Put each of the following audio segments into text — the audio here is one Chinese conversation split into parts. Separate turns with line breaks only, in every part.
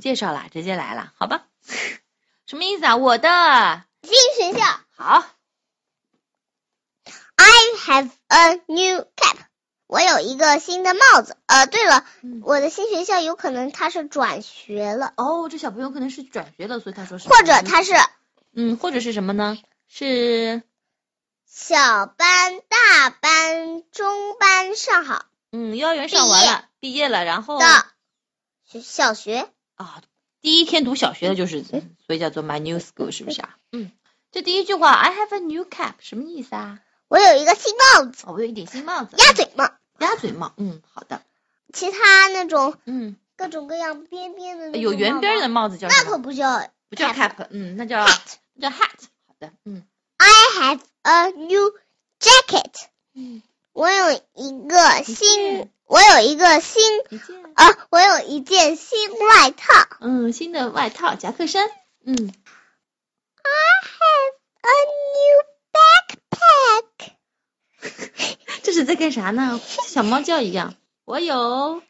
介绍啦，直接来啦，好吧？什么意思啊？我的
新学校
好，
I have a new cap。我有一个新的帽子。呃，对了，
嗯
我的新学校有可能他是转学了，
哦，这小朋友可能是转学了，所以他说是，
或者他是
嗯，或者是什么呢？是
小班、大班、中班上好
嗯，幼儿园上完了，毕业了，然后
的学小学。
啊，第一天读小学的就是，所以叫做 my new school 是不是啊？嗯，这第一句话 I have a new cap 什么意思啊？
我有一个新帽子，
哦，我有一顶新帽子，
鸭嘴帽。
鸭嘴帽，嗯，好的，
其他那种
嗯，
各种各样边边的那种
有圆边的
帽子，啊
帽子叫
那
什
可
么？
不叫。I
不叫 cap，嗯，那叫那叫 hat，好的，嗯
have a new jacket。
嗯，
我有一个新
件，
我有一个新，
一件，
呃，我有一件新外套。
嗯，新的外套夹克衫，嗯，
A new backpack。
这是在干啥呢？小猫叫一样，我有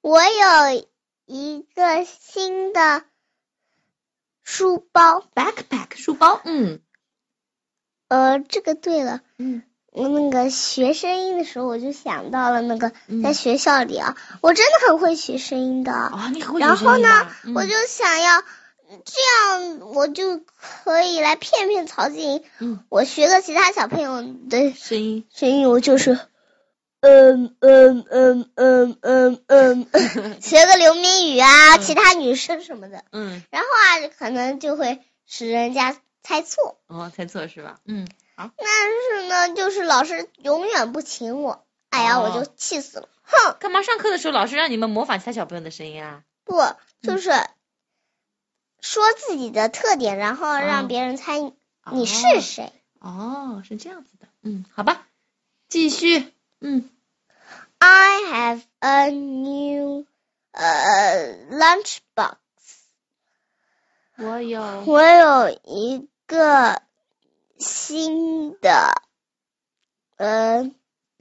我有一个新的书包。
backpack 书包，嗯
呃，这个对了，
嗯
那个学声音的时候，我就想到了那个
嗯，
在学校里啊，我真的很会学声音的。
哦，你很会
然
学声
后
音
呢
吧嗯
我就想要这样，我就可以来骗骗曹静莹。
嗯
我学个其他小朋友的
声音。
声音，我就是，嗯嗯嗯嗯嗯嗯， 学个刘明宇啊，
嗯
其他女生什么的，
嗯，
然后啊，可能就会使人家猜错。
哦，猜错是吧？嗯，
但是呢，就是老师永远不请我，哎呀，
哦
我就气死了。
嗯干嘛上课的时候老师让你们模仿其他小朋友的声音啊？
不，就是说自己的特点，然后让
哦
别人猜你是谁。
哦，是这样子的，嗯，好吧，继续，嗯
I have a 呃 new uh lunch box。
我 有
我有一个新的呃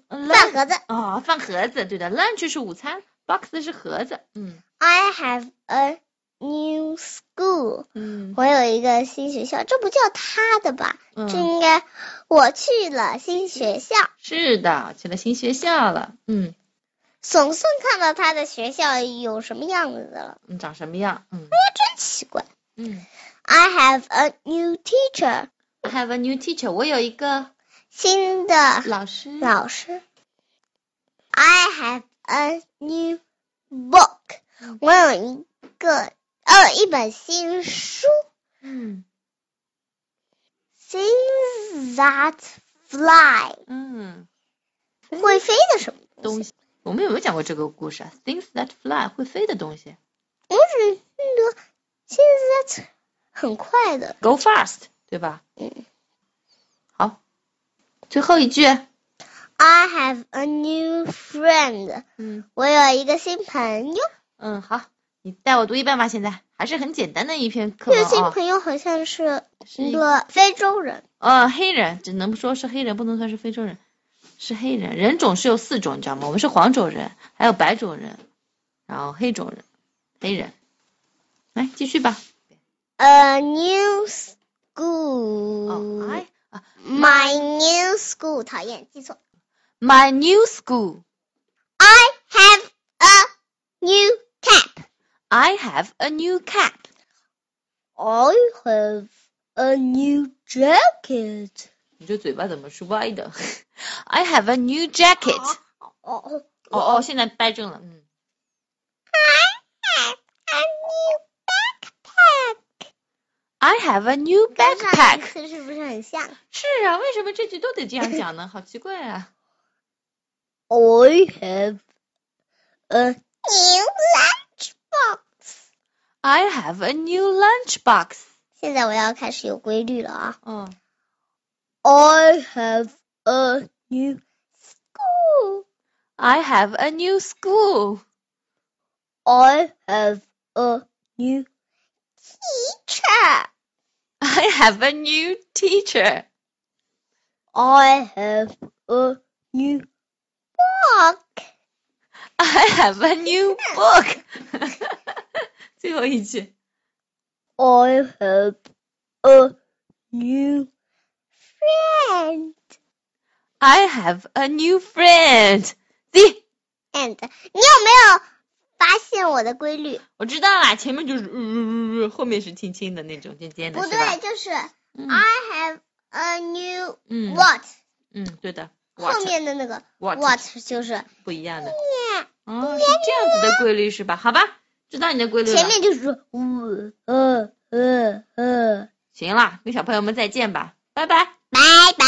饭
饭
盒子。
哦，饭盒子，对的，lunch 是午餐，box 是盒子，嗯
I have a new school。
嗯
我有一个新学校，这不叫他的吧？这
嗯，
应该我去了新学校。
是的，去了新学校了，嗯
总算看到他的学校有什么样子的了，
嗯，长什么样？嗯
真奇怪。
嗯
I have a new teacher。
，I have a new teacher，我有一个
新的
老师，
啊老师。I have a new book。我有一个呃一本新书。
嗯
Things that fly，
嗯，
会飞的什么
东西，我们有没有讲过这个故事啊？Things that fly 会飞的东西。
我只那个 things that 很快的。
Go fast，对吧？
嗯。
好，最后一句。
I have a new friend。
嗯
我有一个新朋友。
嗯，好，你带我读一遍吧。现在还是很简单的一篇课
这
文
个新
啊、
朋友好像是
是
一
一个
个非洲人。
呃黑人，只能说是黑人，不能算是非洲人，是黑人。人种是有四种，你知道吗？我们是黄种人，还有白种人，然后黑种人，黑人。来继续吧。
A new
哦
school。
，I
My new school，讨厌，记错。
my new school.
Have a new cap.
I have a new cap.
I have a new jacket.
你这嘴巴怎么是歪的 ？I have a new jacket.
哦
哦哦，现在掰正了，嗯。
，a new backpack.
I have a new
上一
backpack。
次是不是很像
是啊，为什么这句都得这样讲呢？好奇怪啊！
？I have a new lunchbox.
I have a new lunchbox。
现在我要开始有规律了啊
嗯，
！I have a new school.
I have a new school。
I have a new teacher.
I have a new teacher。
I have a new book.
I have a new book。最后一句
I have a new friend
，I have a new friend。Z，
and 你有没有发现我的规律？
我知道啦，前面就是呜呜呜呜，后面是轻轻的那种，尖尖的，
不
是
对，
吧？
就是
嗯
I have a new
嗯
what，
嗯，对的。
后面的那个
what
what 就是
不一样的。哦，是这样子的规律是吧？好吧，知道你的规律了。
前面就是呜呃呃呃，
行啦，跟小朋友们再见吧，拜拜。
拜拜。